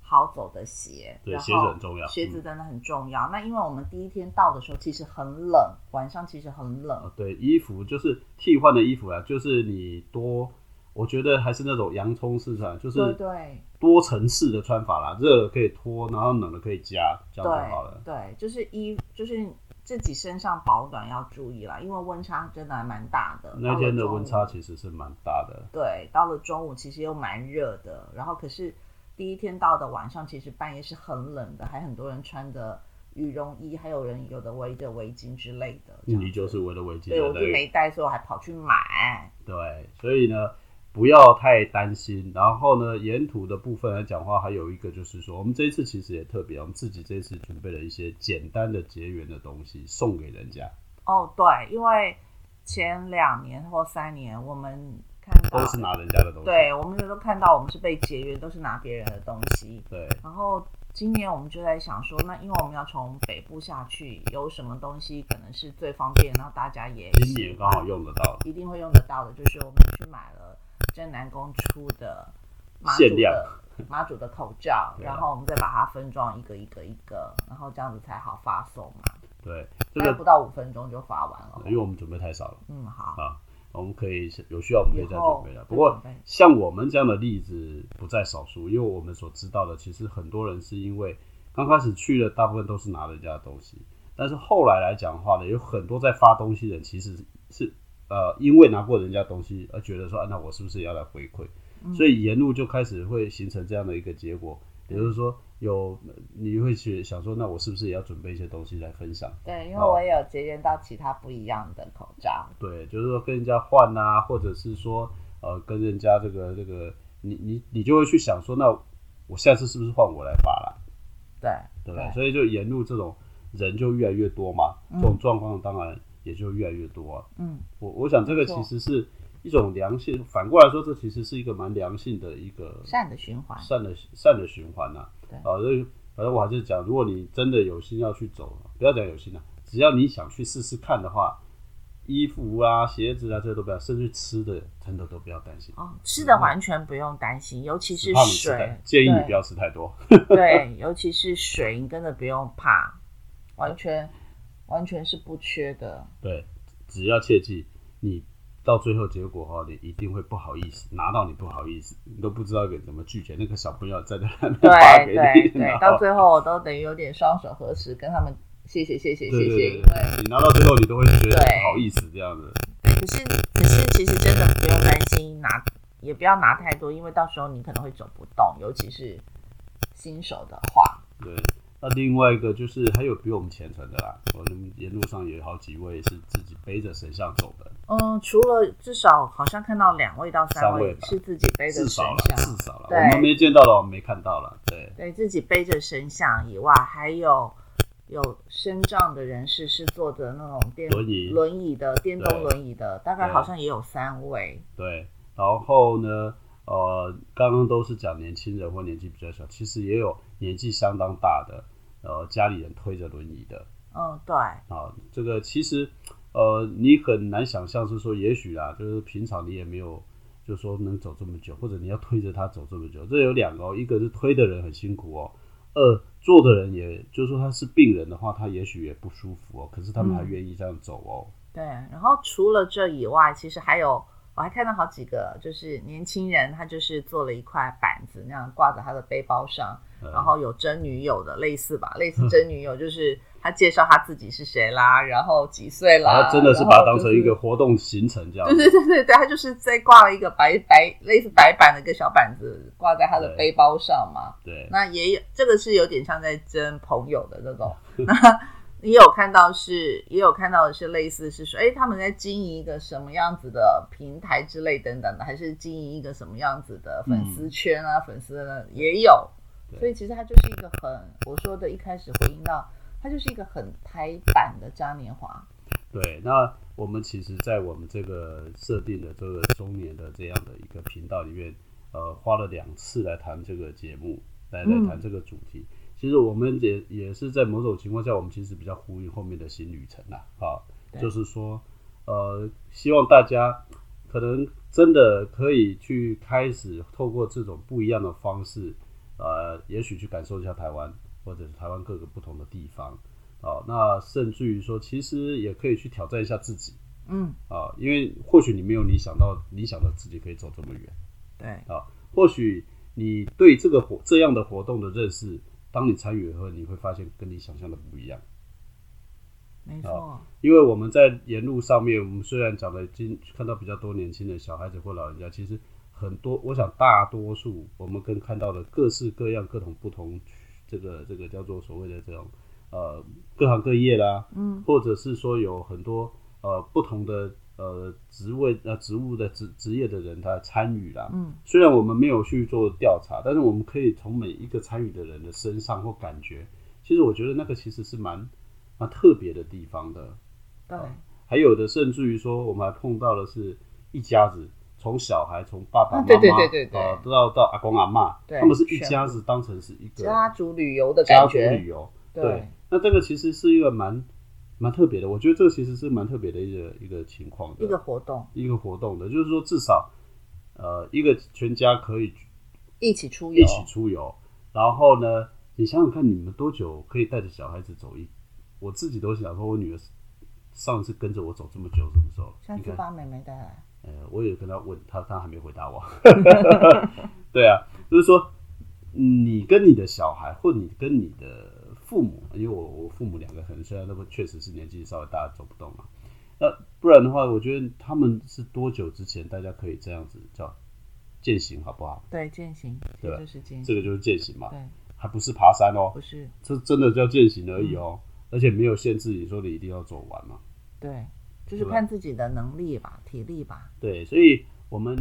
Speaker 2: 好走的鞋，
Speaker 3: 对
Speaker 2: 然后
Speaker 3: 鞋子很重要嗯
Speaker 2: 鞋子真的很重要。那因为我们第一天到的时候其实很冷，晚上其实很冷
Speaker 3: 呃，对，衣服就是替换的衣服啦，啊就是你多。我觉得还是那种洋葱式穿，就
Speaker 2: 对
Speaker 3: 是
Speaker 2: 对
Speaker 3: 多层式的穿法啦，热的可以脱，然后冷的可以加，这样就好
Speaker 2: 对
Speaker 3: 了。
Speaker 2: 对，就是衣就是自己身上保暖要注意啦，因为温差真的还蛮大的。
Speaker 3: 那天的温差
Speaker 2: 实
Speaker 3: 其实是蛮大的，
Speaker 2: 对，到了中午其实又蛮热的，然后可是第一天到的晚上，其实半夜是很冷的，还很多人穿的羽绒衣，还有人有的围着围巾之类的。这样
Speaker 3: 你就是围了围巾
Speaker 2: 对，
Speaker 3: 的
Speaker 2: 我就
Speaker 3: 那个
Speaker 2: 没带，所以我还跑去买。
Speaker 3: 对，所以呢，不要太担心。然后呢，沿途的部分来讲话，还有一个就是说，我们这一次其实也特别，我们自己这一次准备了一些简单的结缘的东西送给人家，
Speaker 2: 哦，对，因为前两年或三年，我们看
Speaker 3: 都
Speaker 2: 到，
Speaker 3: 是拿人家的东西。
Speaker 2: 对我们都看到我们是被节约，都是拿别人的东西。
Speaker 3: 对
Speaker 2: 然后今年我们就在想说，那因为我们要从北部下去，有什么东西可能是最方便，然后大家也
Speaker 3: 今年刚好用得到
Speaker 2: 一定会用得到的，就是我们去买了真南宫出的妈祖
Speaker 3: 限量
Speaker 2: 的 *laughs* 妈祖的口罩，
Speaker 3: 对啊
Speaker 2: 然后我们再把它分装一个一个一个，然后这样子才好发送嘛。
Speaker 3: 对，这
Speaker 2: 大概不
Speaker 3: 个哎
Speaker 2: 到五分钟就发完了。
Speaker 3: 因为我们准备太少了。
Speaker 2: 嗯，好，
Speaker 3: 啊，我们可以有需要我们可以再
Speaker 2: 以后
Speaker 3: 准备了。
Speaker 2: 再
Speaker 3: 不过
Speaker 2: 准备
Speaker 3: 像我们这样的例子不在少数，因为我们所知道的，其实很多人是因为刚开始去的，大部分都是拿人家的东西，但是后来来讲的话呢，有很多在发东西的人其实是呃因为拿过人家东西而觉得说，啊、那我是不是也要来回馈？
Speaker 2: 嗯
Speaker 3: 所以沿路就开始会形成这样的一个结果，
Speaker 2: 嗯
Speaker 3: 也就是说有你会去想说，那我是不是也要准备一些东西来分享？
Speaker 2: 对，因为
Speaker 3: 好
Speaker 2: 我也有节约到其他不一样的口罩。
Speaker 3: 对，就是说跟人家换啊，或者是说呃跟人家这个这个，你你你就会去想说，那我下次是不是换我来发啦，
Speaker 2: 对
Speaker 3: 对不对？所以就沿路这种人就越来越多嘛，这种状况当然也就越来越多、啊。
Speaker 2: 嗯，
Speaker 3: 我我想这个
Speaker 2: 没
Speaker 3: 其
Speaker 2: 错
Speaker 3: 实是一种良性，反过来说，这其实是一个蛮良性的一个
Speaker 2: 善的循环。
Speaker 3: 善的善的循环呐、
Speaker 2: 对
Speaker 3: 啊，这个反正我还是讲，如果你真的有心要去走，不要讲有心了、只要你想去试试看的话，衣服啊、鞋子啊，这些都不要，甚至吃的真的都不要担心。
Speaker 2: 哦，吃的完全不用担心，尤其
Speaker 3: 只
Speaker 2: 是
Speaker 3: 怕你吃太
Speaker 2: 水，，
Speaker 3: 建议你
Speaker 2: 对
Speaker 3: 不要吃太多。
Speaker 2: 对，尤其是水，你真的不用怕，完全完全是不缺的。
Speaker 3: 对，只要切记，你到最后结果哈、你一定会不好意思，拿到你不好意思，你都不知道该怎么拒绝。那个小朋友在那边
Speaker 2: 对
Speaker 3: 发给
Speaker 2: 对
Speaker 3: 你， *laughs* 然
Speaker 2: 对，
Speaker 3: 后
Speaker 2: 到最后我都等于有点双手合十，跟他们谢谢谢谢
Speaker 3: 对
Speaker 2: 谢
Speaker 3: 对
Speaker 2: 谢，
Speaker 3: 对
Speaker 2: 因为
Speaker 3: 对对你拿到最后，你都会觉
Speaker 2: 对
Speaker 3: 得不好意思这样子。
Speaker 2: 可是可是其实真的不用担心拿，也不要拿太多，因为到时候你可能会走不动，尤其是新手的话，
Speaker 3: 对，那另外一个就是还有比我们虔诚的啦，我们沿路上有好几位是自己背着神像走的，
Speaker 2: 嗯，除了至少好像看到两位到
Speaker 3: 三
Speaker 2: 三
Speaker 3: 位
Speaker 2: 位
Speaker 3: 吧
Speaker 2: 是自己背着
Speaker 3: 至
Speaker 2: 神
Speaker 3: 少了，
Speaker 2: 像，
Speaker 3: 至少了，
Speaker 2: 对
Speaker 3: 我们没见到了，我们没看到了，对
Speaker 2: 对自己背着神像以外，还有有身障的人士是坐着那种电
Speaker 3: 轮椅
Speaker 2: 轮椅的电动
Speaker 3: 对
Speaker 2: 轮椅的，大概
Speaker 3: 对
Speaker 2: 好像也有三位。
Speaker 3: 对。然后呢，呃，刚刚都是讲年轻人或年纪比较小，其实也有年纪相当大的，呃，家里人推着轮椅的
Speaker 2: 嗯，对，
Speaker 3: 啊，这个其实，呃，你很难想象是说，也许啊，就是平常你也没有。就说能走这么久，或者你要推着他走这么久，这有两个哦，一个是推的人很辛苦哦，二坐的人也，就是说他是病人的话，他也许也不舒服哦，可是他们还
Speaker 2: 嗯
Speaker 3: 愿意这样走哦，
Speaker 2: 对，然后除了这以外，其实还有我还看到好几个，就是年轻人，他就是做了一块板子那样挂在他的背包上，
Speaker 3: 嗯
Speaker 2: 然后有真女友的类似吧，类似真女友，就是他介绍他自己是谁啦，然后几岁啦，
Speaker 3: 然啊后真的是把它
Speaker 2: 然
Speaker 3: 当
Speaker 2: 后就
Speaker 3: 成
Speaker 2: 是
Speaker 3: 一个。活动行程这样
Speaker 2: 对对对对对，他就是在挂了一个白白类似白板的一个小板子挂在他的
Speaker 3: 对
Speaker 2: 背包上嘛，
Speaker 3: 对
Speaker 2: 那也有这个是有点像在争朋友的那
Speaker 3: *laughs*
Speaker 2: 种。那也有看到是，也有看到的是类似是说，哎，他们在经营一个什么样子的平台之类等等的，还是经营一个什么样子的粉丝圈啊，粉丝的也有。
Speaker 3: 嗯对
Speaker 2: 所以其实它就是一个很，我说的一开始回应到，它就是一个很台版的嘉年华。
Speaker 3: 对。那我们其实，在我们这个设定的这个中年的这样的一个频道里面，呃，花了两次来谈这个节目，来来
Speaker 2: 嗯
Speaker 3: 谈这个主题。其实我们也也是在某种情况下，我们其实比较呼应后面的新旅程啦，啊，
Speaker 2: 对
Speaker 3: 就是说，呃，希望大家可能真的可以去开始透过这种不一样的方式，呃，也许去感受一下台湾，或者是台湾各个不同的地方，啊，那甚至于说，其实也可以去挑战一下自己
Speaker 2: 嗯，
Speaker 3: 啊，因为或许你没有你想到你想到自己可以走这么远。
Speaker 2: 对，
Speaker 3: 啊，或许你对这个活这样的活动的认识，当你参与以后，你会发现跟你想象的不一样。
Speaker 2: 没错，
Speaker 3: 因为我们在沿路上面，我们虽然讲的今看到比较多年轻的小孩子或老人家，其实很多，我想大多数我们跟看到的各式各样、各种不同这个这个叫做所谓的这种呃各行各业啦，
Speaker 2: 嗯
Speaker 3: 或者是说有很多呃不同的呃职位呃职务的职职业的人他参与啦。
Speaker 2: 嗯
Speaker 3: 虽然我们没有去做调查，但是我们可以从每一个参与的人的身上或感觉，其实我觉得那个其实是蛮蛮特别的地方的。
Speaker 2: 对，
Speaker 3: 还有的甚至于说，我们还碰到的是一家子，从小孩从爸爸妈妈、
Speaker 2: 啊对对对对对
Speaker 3: 呃到到阿公阿妈，
Speaker 2: 对啊
Speaker 3: 他们是一家子当成是一个
Speaker 2: 家族旅游的
Speaker 3: 家
Speaker 2: 感
Speaker 3: 族
Speaker 2: 觉，
Speaker 3: 旅游。
Speaker 2: 对，
Speaker 3: 那这个其实是一个蛮蛮特别的，我觉得这个其实是蛮特别的一个一个情况的
Speaker 2: 一个活动
Speaker 3: 一个活动的，就是说至少呃一个全家可以
Speaker 2: 一起出游
Speaker 3: 一，起出游。然后呢，你想想看，你们多久可以带着小孩子走一？我自己都想说，我女儿上次跟着我走这么久，什么时候？
Speaker 2: 上
Speaker 3: 你
Speaker 2: 次
Speaker 3: 看，
Speaker 2: 把妹妹带来，
Speaker 3: 呃，我也跟她问，她她还没回答我。 *laughs* 对啊，就是说，你跟你的小孩，或你跟你的父母，因为我我父母两个可能现在都确实是年纪稍微大，走不动了。那不然的话，我觉得他们是多久之前大家可以这样子叫践行，好不好？
Speaker 2: 对，践行，其
Speaker 3: 对
Speaker 2: 实就是践
Speaker 3: 这
Speaker 2: 行，
Speaker 3: 个就是践行嘛。
Speaker 2: 对，
Speaker 3: 还不是爬山哦
Speaker 2: 不，是，
Speaker 3: 这真的叫践行而已哦，
Speaker 2: 嗯
Speaker 3: 而且没有限制你说你一定要走完嘛。
Speaker 2: 对，就是
Speaker 3: 对
Speaker 2: 看自己的能力吧，体力吧，
Speaker 3: 对，所以我们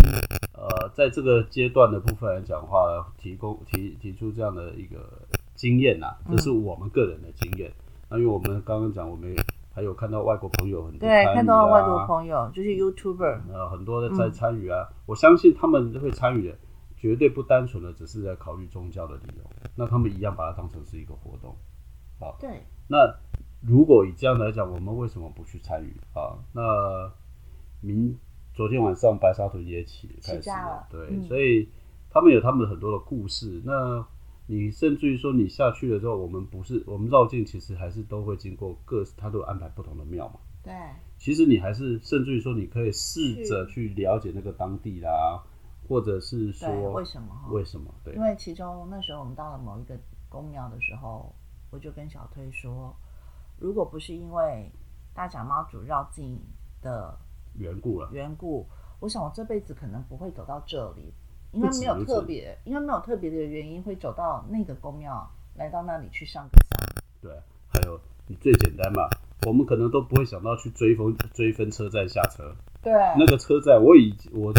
Speaker 3: 呃在这个阶段的部分来讲的话，提供提提出这样的一个经验呐、
Speaker 2: 嗯
Speaker 3: 这是我们个人的经验。那、因为我们刚刚讲，我们也还有看到外国朋友很多
Speaker 2: 对，
Speaker 3: 参
Speaker 2: 看
Speaker 3: 与
Speaker 2: 到
Speaker 3: 啊
Speaker 2: 了外国朋友就是 YouTuber，
Speaker 3: 呃很多的在
Speaker 2: 嗯
Speaker 3: 参与啊，我相信他们会参与的，绝对不单纯的只是在考虑宗教的理由，那他们一样把它当成是一个活动。好，
Speaker 2: 对，
Speaker 3: 那如果以这样来讲，我们为什么不去参与啊？那明昨天晚上白沙屯也起开
Speaker 2: 起
Speaker 3: 始
Speaker 2: 价了
Speaker 3: 对，
Speaker 2: 嗯
Speaker 3: 所以他们有他们的很多的故事。那你甚至于说你下去了之后，我们不是我们绕境，其实还是都会经过各，他都有安排不同的庙嘛。
Speaker 2: 对，
Speaker 3: 其实你还是甚至于说你可以试着去了解那个当地啦，或者是说
Speaker 2: 对，为什么哈？
Speaker 3: 为什么对
Speaker 2: 因为其中那时候我们到了某一个公庙的时候，我就跟小推说，如果不是因为大甲妈祖绕境的
Speaker 3: 缘故了，
Speaker 2: 缘故，我想我这辈子可能不会走到这里，因为
Speaker 3: 不止
Speaker 2: 没有
Speaker 3: 如
Speaker 2: 特
Speaker 3: 此
Speaker 2: 别，因为没有特别的原因会走到那个宫庙，来到那里去上个香。
Speaker 3: 对，还有你最简单嘛，我们可能都不会想到去追风追分车站下车，
Speaker 2: 对，
Speaker 3: 那个车站我已我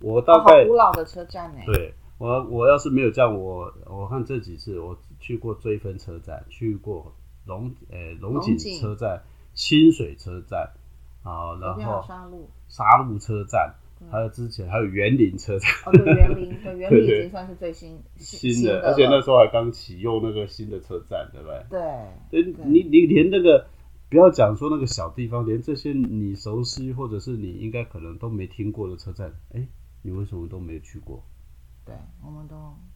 Speaker 3: 我
Speaker 2: 哦
Speaker 3: 大概、
Speaker 2: 好古老的车站呢、，
Speaker 3: 对我我要是没有这样，我我看这几次我去过追分车站，去过龙呃龙
Speaker 2: 龙
Speaker 3: 井
Speaker 2: 井
Speaker 3: 车站、清水车站啊，
Speaker 2: 昨
Speaker 3: 然
Speaker 2: 天有
Speaker 3: 后
Speaker 2: 山路，
Speaker 3: 沙鹿车站，
Speaker 2: 对
Speaker 3: 还有之前还有园林车站。
Speaker 2: 哦对，园林，对园林已
Speaker 3: 对
Speaker 2: 经算是最新
Speaker 3: 新
Speaker 2: 的
Speaker 3: 的，
Speaker 2: 了，
Speaker 3: 而且那时候还刚启用那个新的车站，对不对？
Speaker 2: 对
Speaker 3: 对你你连那个不要讲说那个小地方，连这些你熟悉或者是你应该可能都没听过的车站，哎，你为什么都没去过？
Speaker 2: 对，我们都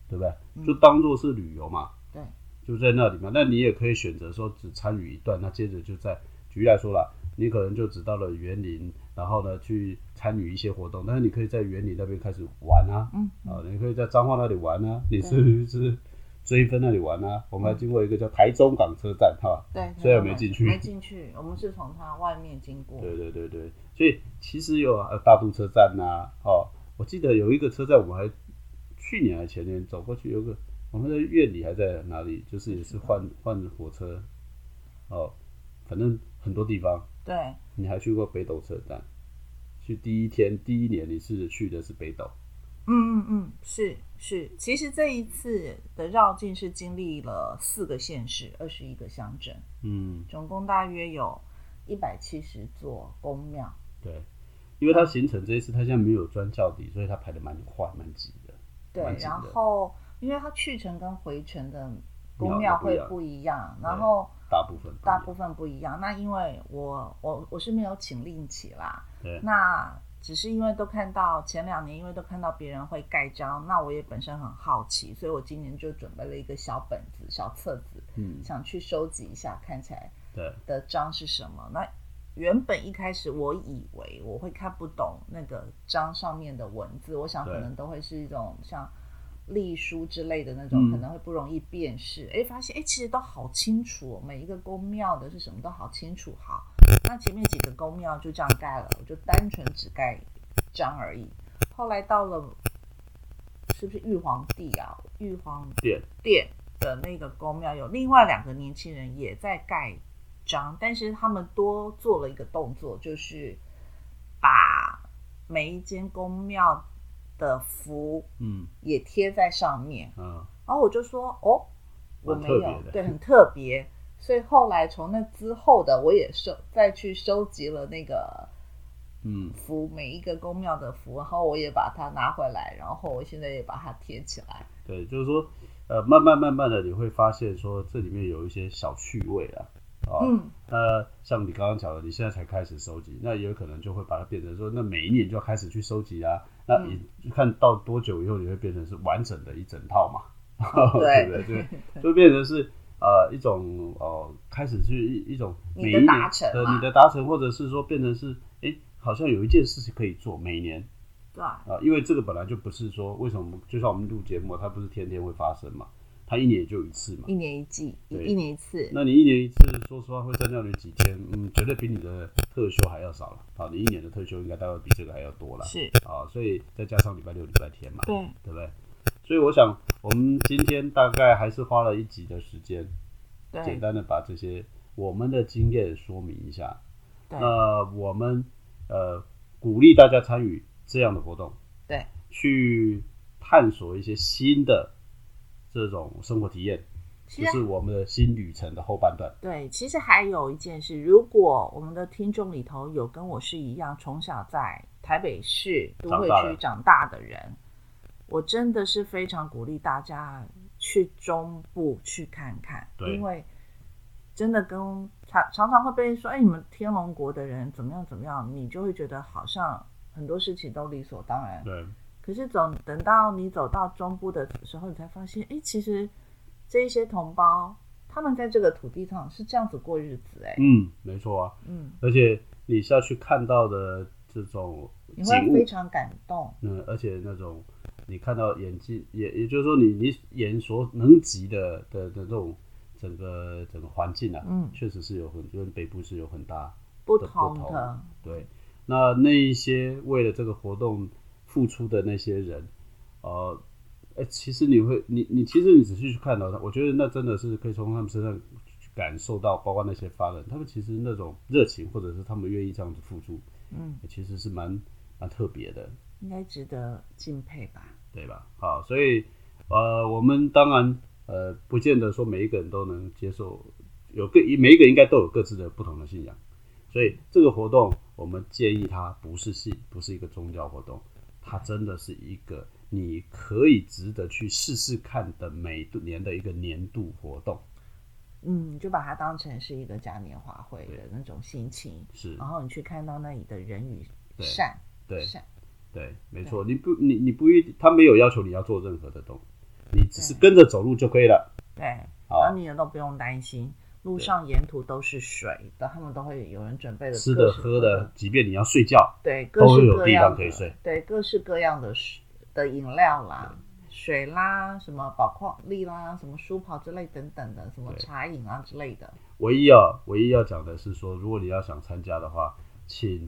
Speaker 3: 对不对？
Speaker 2: 嗯
Speaker 3: 就当做是旅游嘛，
Speaker 2: 对
Speaker 3: 就在那里嘛。那你也可以选择说只参与一段，那接着就在举例来说啦，你可能就只到了园林，然后呢去参与一些活动，但是你可以在园林那边开始玩啊，
Speaker 2: 嗯
Speaker 3: 啊，你可以在彰化那里玩啊，你是不是追分那里玩啊？我们
Speaker 2: 嗯
Speaker 3: 还经过一个叫台中港车站哈，
Speaker 2: 对，
Speaker 3: 虽然
Speaker 2: 台
Speaker 3: 没
Speaker 2: 湾
Speaker 3: 进去
Speaker 2: 没进去，我们是从它外面经过，
Speaker 3: 对对对对，所以其实有呃大渡车站呐、哦，我记得有一个车站，我们还去年还前年走过去，有个我们在院里还在哪里，就是也是换换火车，哦，反正很多地方，
Speaker 2: 对
Speaker 3: 你还去过北斗车站，去第一天第一年你是去的是北斗，
Speaker 2: 嗯嗯嗯，是是，其实这一次的绕境是经历了四个县市、二十一个乡镇，
Speaker 3: 嗯，
Speaker 2: 总共大约有一百七十座宫庙。
Speaker 3: 对，因为它行程这一次它现在没有专教底，所以它排的蛮快蛮挤的，
Speaker 2: 对
Speaker 3: 蛮，紧
Speaker 2: 然
Speaker 3: 的
Speaker 2: 后因为它去程跟回程的宫庙
Speaker 3: 庙都不一
Speaker 2: 会
Speaker 3: 样
Speaker 2: 不一样，然
Speaker 3: 对
Speaker 2: 后
Speaker 3: 大部分不一
Speaker 2: 大
Speaker 3: 样
Speaker 2: 部分不一样。那因为我我我是没有请令旗啦，
Speaker 3: 对
Speaker 2: 那只是因为都看到前两年，因为都看到别人会盖章，那我也本身很好奇，所以我今年就准备了一个小本子、小册子，
Speaker 3: 嗯
Speaker 2: 想去收集一下看起来
Speaker 3: 对
Speaker 2: 的章是什么。那原本一开始我以为我会看不懂那个章上面的文字，我想
Speaker 3: 对
Speaker 2: 可能都会是一种像隶书之类的那种，
Speaker 3: 嗯
Speaker 2: 可能会不容易辨识。诶，发现诶，其实都好清楚哦、每一个宫庙的是什么都好清楚。好，那前面几个宫庙就这样盖了，我就单纯只盖章而已。后来到了是不是玉皇帝啊？玉皇
Speaker 3: 店
Speaker 2: 殿，的那个宫庙有另外两个年轻人也在盖章，但是他们多做了一个动作，就是把每一间宫庙的符
Speaker 3: 嗯
Speaker 2: 也贴在上面。
Speaker 3: 啊，
Speaker 2: 然后我就说哦，我
Speaker 3: 蛮
Speaker 2: 没
Speaker 3: 特
Speaker 2: 有
Speaker 3: 别的，
Speaker 2: 对，很特别。所以后来从那之后的，我也收再去收集了那个
Speaker 3: 嗯，
Speaker 2: 符，每一个宫庙的符，然后我也把它拿回来，然后我现在也把它贴起来。
Speaker 3: 对，就是说，呃，慢慢慢慢的你会发现说这里面有一些小趣味啊，啊，
Speaker 2: 嗯，
Speaker 3: 那像你刚刚讲的，你现在才开始收集，那也有可能就会把它变成说，那每一年就要开始去收集啊，那
Speaker 2: 嗯
Speaker 3: 你就看到多久以后你会变成是完整的一整套嘛， *laughs* 对
Speaker 2: *laughs*
Speaker 3: 不对？就就变成是。呃，一种哦、呃开始去一一种
Speaker 2: 你
Speaker 3: 每
Speaker 2: 的
Speaker 3: 一年
Speaker 2: 达成
Speaker 3: 的
Speaker 2: 嘛
Speaker 3: 你的达成，或者是说变成是，哎、好像有一件事情可以做，每年
Speaker 2: 对啊，
Speaker 3: 啊，因为这个本来就不是说为什么我们，就像我们录节目，它不是天天会发生嘛，它一年也就一次嘛
Speaker 2: 一。年一季，一
Speaker 3: 对
Speaker 2: 一年一次。
Speaker 3: 那你一年一次，说实话会占掉你几天，嗯，绝对比你的特休还要少了。啊，你一年的特休应该大概比这个还要多了。
Speaker 2: 是，
Speaker 3: 啊，所以再加上礼拜六、礼拜天嘛，
Speaker 2: 对，
Speaker 3: 对不对？所以我想，我们今天大概还是花了一集的时间，简
Speaker 2: 对，
Speaker 3: 单的把这些我们的经验说明一下。
Speaker 2: 对，
Speaker 3: 那我们呃鼓励大家参与这样的活动，
Speaker 2: 对，
Speaker 3: 去探索一些新的这种生活体验，
Speaker 2: 其
Speaker 3: 这
Speaker 2: 实
Speaker 3: 是我们的新旅程的后半段。
Speaker 2: 对，其实还有一件事，如果我们的听众里头有跟我是一样从小在台北市都会
Speaker 3: 长大
Speaker 2: 区
Speaker 3: 的
Speaker 2: 长大的人，我真的是非常鼓励大家去中部去看看，
Speaker 3: 对
Speaker 2: 因为真的跟常常常会被说，哎，你们天龙国的人怎么样怎么样，你就会觉得好像很多事情都理所当然，
Speaker 3: 对，
Speaker 2: 可是总等到你走到中部的时候，你才发现，哎、其实这一些同胞他们在这个土地上是这样子过日子、诶哎，
Speaker 3: 嗯，没错啊。
Speaker 2: 嗯，
Speaker 3: 而且你下去看到的这种
Speaker 2: 你
Speaker 3: 景
Speaker 2: 会非
Speaker 3: 物，
Speaker 2: 常感动，
Speaker 3: 嗯，而且那种你看到眼睛，也也就是说你你眼所能及的的的这种整个整个环境啊，
Speaker 2: 嗯
Speaker 3: 确实是有很跟北部是有很大
Speaker 2: 不
Speaker 3: 的不
Speaker 2: 同的
Speaker 3: 同，对，那那一些为了这个活动付出的那些人，呃，哎、其实你会，你你其实你仔细去看到哦他，我觉得那真的是可以从他们身上去感受到，包括那些发人，他们其实那种热情，或者是他们愿意这样子付出，
Speaker 2: 嗯，
Speaker 3: 其实是蛮蛮特别的，
Speaker 2: 应该值得敬佩吧？
Speaker 3: 对吧？好，所以呃，我们当然呃，不见得说每一个人都能接受，有各每一个应该都有各自的不同的信仰，所以这个活动我们建议它不是信，不是一个宗教活动，它真的是一个你可以值得去试试看的每年的一个年度活动，
Speaker 2: 嗯，你就把它当成是一个嘉年华会的那种心情，
Speaker 3: 是
Speaker 2: 然后你去看到那里的人与
Speaker 3: 对
Speaker 2: 善，
Speaker 3: 对
Speaker 2: 善，
Speaker 3: 啊对，没错，你不你你不一定，他没有要求你要做任何的动，你只是跟着走路就可以了。
Speaker 2: 对，
Speaker 3: 好
Speaker 2: 然后你也都不用担心，路上沿途都是水的，他们都会有人准备了
Speaker 3: 吃
Speaker 2: 各
Speaker 3: 的
Speaker 2: 式各
Speaker 3: 喝的，即便你要睡觉，
Speaker 2: 对，各
Speaker 3: 都
Speaker 2: 式
Speaker 3: 有
Speaker 2: 各
Speaker 3: 地
Speaker 2: 样
Speaker 3: 方
Speaker 2: 的
Speaker 3: 可以睡
Speaker 2: 对，各式各样的水的饮料啦，水啦，什么宝矿力啦，什么舒跑之类等等的，什么
Speaker 3: 对
Speaker 2: 茶饮啊之类的。
Speaker 3: 唯一要唯一要讲的是说，如果你要想参加的话，请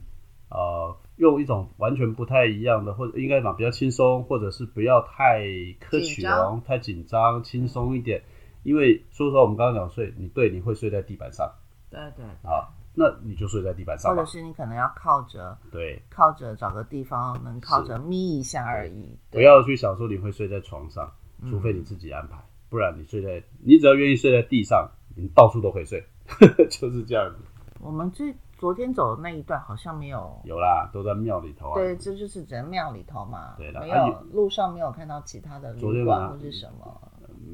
Speaker 3: 呃用一种完全不太一样的，或者应该讲比较轻松，或者是不要太苛
Speaker 2: 紧
Speaker 3: 求
Speaker 2: 张、
Speaker 3: 太紧张，轻松一点。因为说实话，我们刚刚讲睡，你对你会睡在地板上
Speaker 2: 对对，
Speaker 3: 啊，那你就睡在地板上
Speaker 2: 或者
Speaker 3: 吧。
Speaker 2: 是你可能要靠着
Speaker 3: 对，
Speaker 2: 靠着找个地方能靠着眯一下而已。
Speaker 3: 不
Speaker 2: 对，嗯
Speaker 3: 要去想说你会睡在床上，除非你自己安排，不然你睡在你只要愿意睡在地上，你到处都可以睡， *laughs* 就是这样子。
Speaker 2: 我们这昨天走的那一段好像没有。
Speaker 3: 有啦，都在庙里头啊。
Speaker 2: 对，这就是只能庙里头嘛，
Speaker 3: 对啦
Speaker 2: 没
Speaker 3: 啊
Speaker 2: 有
Speaker 3: 有
Speaker 2: 路上没有看到其他的
Speaker 3: 昨
Speaker 2: 旅
Speaker 3: 天
Speaker 2: 馆
Speaker 3: 晚
Speaker 2: 或
Speaker 3: 上
Speaker 2: 是什么，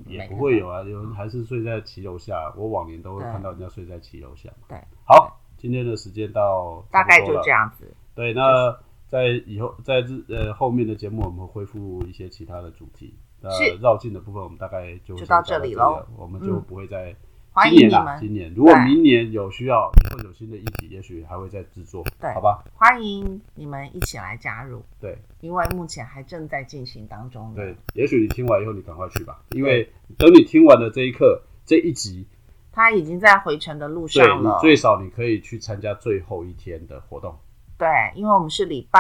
Speaker 3: 也
Speaker 2: 没
Speaker 3: 不
Speaker 2: 看
Speaker 3: 会
Speaker 2: 到
Speaker 3: 有啊，有人还是睡在骑楼下。我往年都
Speaker 2: 嗯
Speaker 3: 会
Speaker 2: 对
Speaker 3: 看到人家睡在骑楼下嘛。
Speaker 2: 对，
Speaker 3: 好，今天的时间到
Speaker 2: 大
Speaker 3: 差不
Speaker 2: 概
Speaker 3: 多
Speaker 2: 就
Speaker 3: 了
Speaker 2: 这。样子。
Speaker 3: 对，那在以后在日呃后面的节目，我们会恢复一些其他的主题。
Speaker 2: 是
Speaker 3: 那绕境的部分，我们大概就
Speaker 2: 就
Speaker 3: 先讲
Speaker 2: 到
Speaker 3: 到
Speaker 2: 这里
Speaker 3: 里
Speaker 2: 喽
Speaker 3: 了我们就
Speaker 2: 嗯
Speaker 3: 不会再。
Speaker 2: 欢
Speaker 3: 今
Speaker 2: 迎
Speaker 3: 年
Speaker 2: 你
Speaker 3: 啦，
Speaker 2: 们，
Speaker 3: 今年如果
Speaker 2: 对
Speaker 3: 明年有需要或者有新的议题，也许还会再制作，
Speaker 2: 对
Speaker 3: 好吧？
Speaker 2: 欢迎你们一起来加入。
Speaker 3: 对
Speaker 2: 因为目前还正在进行当中的。
Speaker 3: 对，也许你听完以后，你赶快去吧，因为等你听完的这一刻，这一集，
Speaker 2: 他已经在回程的路
Speaker 3: 对
Speaker 2: 上
Speaker 3: 你
Speaker 2: 了。
Speaker 3: 最少你可以去参加最后一天的活动。
Speaker 2: 对因为我们是礼拜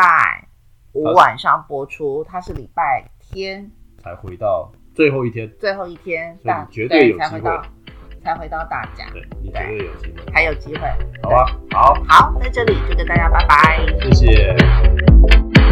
Speaker 2: 五
Speaker 3: 好
Speaker 2: 晚上播出，它是礼拜天
Speaker 3: 才回到最后一天，
Speaker 2: 最后一天
Speaker 3: 所以
Speaker 2: 大
Speaker 3: 你绝对有
Speaker 2: 才会
Speaker 3: 机会
Speaker 2: 到才会到大甲，
Speaker 3: 对你绝对有机会，
Speaker 2: 还有机会。
Speaker 3: 好吧？好，
Speaker 2: 好，在这里就跟大家拜拜。
Speaker 3: 谢谢。